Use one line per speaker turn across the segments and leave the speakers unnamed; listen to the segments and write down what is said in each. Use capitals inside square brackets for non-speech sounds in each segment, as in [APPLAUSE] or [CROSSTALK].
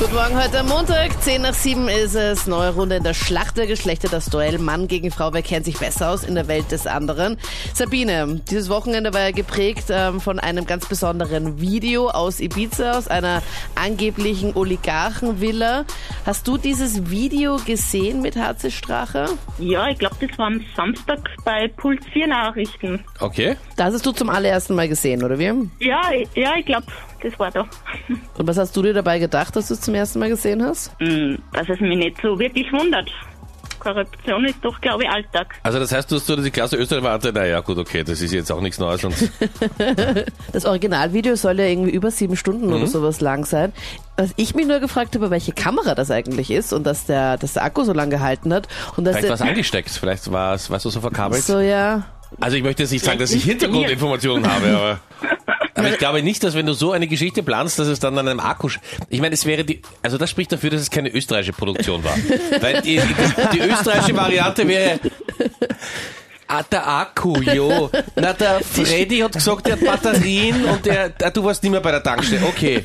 Guten Morgen, heute am Montag, 10 nach 7 ist es. Neue Runde in der Schlacht der Geschlechter, das Duell Mann gegen Frau. Wer kennt sich besser aus in der Welt des anderen? Sabine, dieses Wochenende war ja geprägt ähm, von einem ganz besonderen Video aus Ibiza, aus einer angeblichen Oligarchenvilla. Hast du dieses Video gesehen mit HC Strache?
Ja, ich glaube, das war am Samstag bei Puls 4 Nachrichten.
Okay.
Das hast du zum allerersten Mal gesehen, oder wie?
Ja, ich- ja, ich glaube, das war da. [LAUGHS]
Und was hast du dir dabei gedacht, dass du es zum ersten Mal gesehen hast?
Hm, Dass es mich nicht so wirklich wundert. Korruption ist doch, glaube ich, Alltag. [LAUGHS]
Also das heißt, du hast so die Klasse Österreich warte, naja gut, okay, das ist jetzt auch nichts
[LAUGHS]
Neues und
Das Originalvideo soll ja irgendwie über sieben Stunden oder sowas lang sein. Was ich mich nur gefragt habe, welche Kamera das eigentlich ist und dass der, dass der Akku so lange gehalten hat und dass
vielleicht war es
der,
angesteckt, vielleicht war es, weißt du, so verkabelt.
so ja.
Also ich möchte jetzt nicht sagen, dass ich Hintergrundinformationen habe,
[LAUGHS]
aber, aber ich glaube nicht, dass wenn du so eine Geschichte planst, dass es dann an einem Akku... sch- Ich meine, es wäre die... Also das spricht dafür, dass es keine österreichische Produktion
[LAUGHS]
war. Weil die, die, die österreichische Variante wäre... Ah, der Akku, jo.
[LAUGHS]
Na, der Freddy hat gesagt, der hat Batterien und der, ah, du warst nicht mehr bei der Tankstelle. Okay.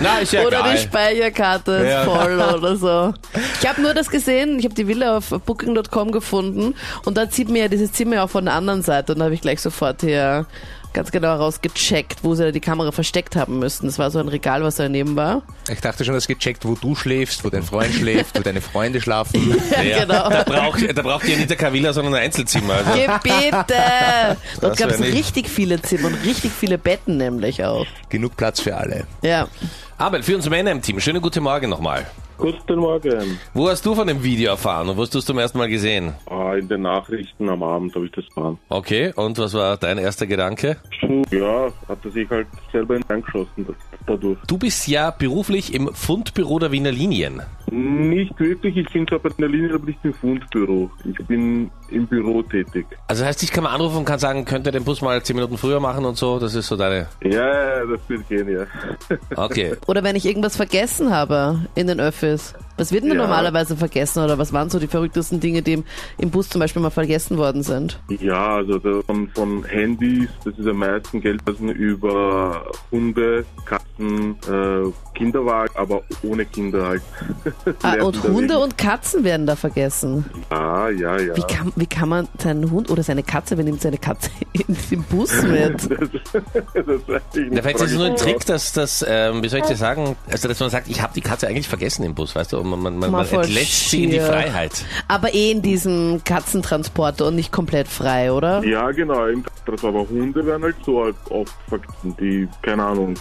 Na, ist ja
oder
egal.
die Speicherkarte ist
Ja.
[LAUGHS]
voll oder so. Ich habe nur das gesehen, ich habe die Villa auf booking.com gefunden und da zieht mir ja dieses Zimmer auch von der anderen Seite und da habe ich gleich sofort hier ganz genau rausgecheckt, wo sie die Kamera versteckt haben müssten. Das war so ein Regal, was daneben war.
Ich dachte schon, du hast gecheckt, wo du schläfst, wo
[LAUGHS]
dein Freund schläft, wo deine Freunde schlafen.
Ja,
Genau.
Da braucht, da braucht ihr nicht der Cavilla, sondern ein Einzelzimmer. Also,
Gebete! Dort
wär
gab es
nicht-
richtig viele Zimmer und richtig viele Betten nämlich auch.
Genug Platz für alle.
Ja.
Abel, für uns Männer im Team, schönen guten Morgen nochmal.
Guten Morgen.
Wo hast du von dem Video erfahren und wo hast du es zum ersten Mal gesehen?
Ah, in den Nachrichten am Abend habe ich das gefahren.
Okay, und was war dein erster Gedanke?
Puh, Ja, hat er sich halt selber in den Gang geschossen das, dadurch.
Du bist ja beruflich im Fundbüro der Wiener Linien.
Nicht wirklich, ich bin zwar bei der Linie, aber nicht im Fundbüro. Ich bin im Büro tätig.
Also das heißt, ich kann mal anrufen und kann sagen, könnt ihr den Bus mal zehn Minuten früher machen und so? Das ist so deine...
Ja, Ja, ja, das wird gehen, ja.
Okay.
Oder wenn ich irgendwas vergessen habe in den Öffis. Was wird denn
Ja.
normalerweise vergessen oder was waren so die verrücktesten Dinge, die im, im Bus zum Beispiel mal vergessen worden sind?
Ja, also da von, von Handys, das ist am meisten Geld, was man über Hunde, Katzen, äh, Kinderwagen, aber ohne Kinder halt.
Ah,
[LAUGHS] Nerven
und
der
Hunde
Wegen.
und Katzen werden da vergessen.
Ah, ja, ja.
Wie kann, wie kann man seinen Hund oder seine Katze, wer nimmt seine Katze [LAUGHS] in den Bus mit?
[LAUGHS] Das, das weiß ich nicht.
Na, vielleicht ist es nur ein
Frag ich
Trick,
mich
dass das, ähm, wie soll ich das sagen, also dass man sagt, ich habe die Katze eigentlich vergessen im Bus, weißt du, und man, man, man,
Mal
man
voll
entlässt sie in die
schier.
Freiheit.
Aber eh in diesem Katzentransporter und nicht komplett frei, oder?
Ja, genau, im Katras, aber Hunde werden halt so halt oft vergessen, die, keine Ahnung,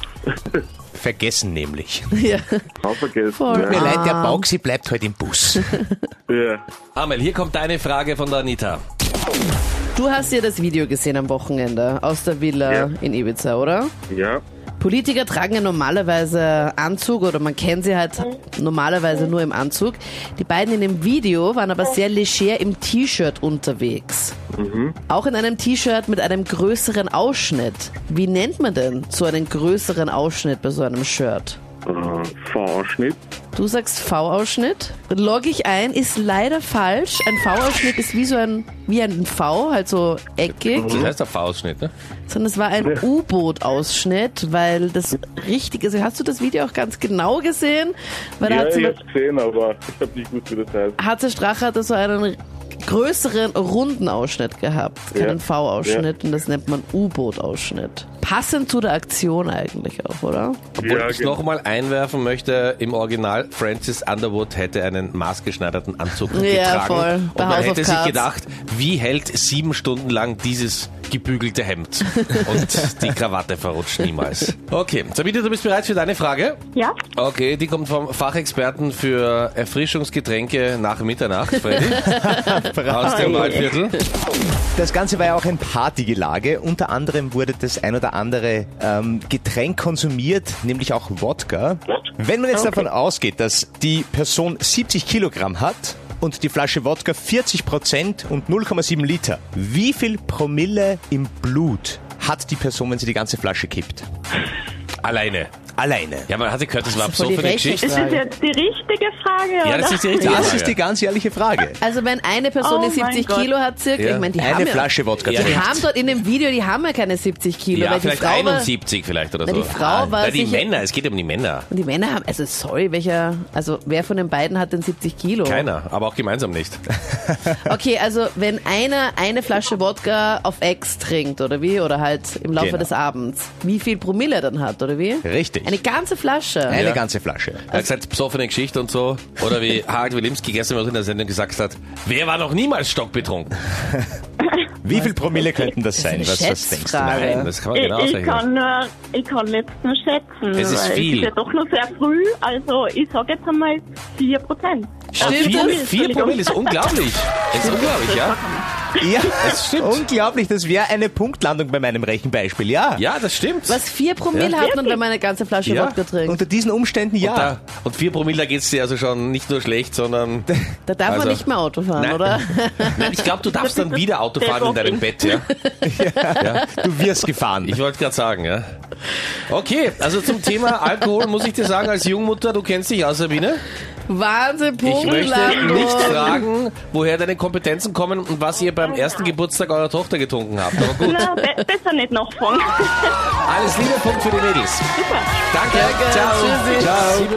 [LAUGHS]
Vergessen nämlich.
Ja.
auch vergessen.
Voll.
Mir
Ja.
leid, der Bauxi bleibt heute im Bus.
Ja.
Amel, hier kommt deine Frage von der Anita.
Du hast ja das Video gesehen am Wochenende aus der Villa
Ja.
in Ibiza, oder?
ja,
Politiker tragen ja normalerweise Anzug oder man kennt sie halt normalerweise nur im Anzug. Die beiden in dem Video waren aber sehr leger im T-Shirt unterwegs. Auch in einem T-Shirt mit einem größeren Ausschnitt. Wie nennt man denn so einen größeren Ausschnitt bei so einem Shirt?
äh, Vorschnitt.
Du sagst V-Ausschnitt. Log ich ein, ist leider falsch. Ein V-Ausschnitt ist wie so ein, wie ein V, halt so eckig.
Das heißt der V-Ausschnitt, ne?
sondern es war ein U-Boot-Ausschnitt, weil das richtig ist. Hast du das Video auch ganz genau gesehen? Weil da
Ja,
hat
ich
sie,
hab's gesehen, aber ich hab nicht gewusst, wie das heißt.
Harze Strache hatte so einen größeren runden Ausschnitt gehabt, keinen
Ja.
V-Ausschnitt und das nennt man U-Boot-Ausschnitt. Passend zu der Aktion eigentlich auch, oder?
Obwohl
Ja,
ich
genau.
nochmal einwerfen möchte, im Original Francis Underwood hätte einen maßgeschneiderten Anzug getragen.
voll.
Und
Bei
man
House of
hätte sich
Cards.
gedacht, wie hält sieben Stunden lang dieses gebügelte Hemd?
[LAUGHS]
Und die Krawatte verrutscht niemals. Okay, Sabine, du bist bereit für deine Frage?
Ja?
Okay, die kommt vom Fachexperten für Erfrischungsgetränke nach Mitternacht, Freddy.
[LAUGHS]
aus dem Waldviertel.
[LAUGHS] Das Ganze war ja auch ein Partygelage. Unter anderem wurde das ein oder andere ähm, Getränk konsumiert, nämlich auch Wodka. Wenn man jetzt davon ausgeht, dass die Person 70 Kilogramm hat und die Flasche Wodka 40 Prozent und 0,7 Liter, wie viel Promille im Blut hat die Person, wenn sie die ganze Flasche kippt?
Alleine.
alleine?
Ja, man hatte gehört, das war
Das ist voll
absurd für
die
eine
rechte
Geschichte.
Ist das jetzt die richtige Frage?
Ja,
oder?
das ist die richtige
Das
Frage.
ist die ganz ehrliche Frage.
[LAUGHS] Also wenn eine Person
Oh
die
mein
70
Gott.
Kilo hat circa,
Ja.
ich meine, die haben
Eine
ja,
Flasche Wodka.
Ja.
trinken.
Die haben dort in dem Video, die haben ja keine 70 Kilo,
Ja,
weil die
vielleicht
Frau war,
71 vielleicht oder
Na,
so.
die Frau war
Na, die
sicher-
Männer, es geht um die Männer.
Und die Männer haben, also sorry, welcher, also wer von den beiden hat denn 70 Kilo?
Keiner, aber auch gemeinsam nicht.
Okay, also wenn einer eine Flasche Wodka auf Ex trinkt, oder wie? Oder halt im Laufe
Genau.
des Abends. Wie viel Promille er dann hat, oder wie?
Richtig.
Eine ganze Flasche.
Eine
Ja.
ganze Flasche.
Er hat
Also-
gesagt, besoffene Geschichte und so.
[LAUGHS]
Oder wie Harald Wilimski gestern mal in der Sendung gesagt hat, wer war noch niemals stockbetrunken?
Wie viel Promille könnten das sein?
eine
Was, was denkst du?
Schätzfrage.
Nein, das kann man
Ich,
genau
ich,
ausrechnen.
kann nur, ich kann jetzt nur schätzen.
Es ist
weil
viel.
Es ist ja doch noch sehr früh. Also ich sage jetzt einmal 4%.
Stimmt
Äh,
das?
Vier,
Promille,
vier Promille
[LAUGHS]
ist unglaublich. Es ist unglaublich, ja?
Ja,
Es stimmt.
Unglaublich, das wäre eine Punktlandung bei meinem Rechenbeispiel, ja.
Ja, das stimmt.
Was, vier Promille
Ja.
hat man, wenn man eine ganze Flasche
Ja.
Wodka trinkt?
Unter diesen Umständen ja.
Und, da, und vier Promille, da geht es dir also schon nicht nur schlecht,
[LAUGHS]
sondern...
Da darf man
Also-
nicht mehr Auto fahren,
Nein.
oder? [LAUGHS]
Nein, ich glaube, du darfst dann wieder Auto fahren in deinem Bett, ja?
Du wirst gefahren.
Ich wollte gerade sagen, ja. Okay, also zum Thema Alkohol muss ich dir sagen, als Jungmutter, du kennst dich aus, Sabine.
Wahnsinn,
Ich möchte
Punktlandung.
nicht fragen, woher deine Kompetenzen kommen und was ihr beim ersten Geburtstag eurer Tochter getrunken habt. Aber gut,
Na, be besser nicht
[LAUGHS]
nachfangen.
alles Liebe, Punkt für die Mädels.
Super.
Danke,
Danke,
ciao.
tschüssi.
ciao.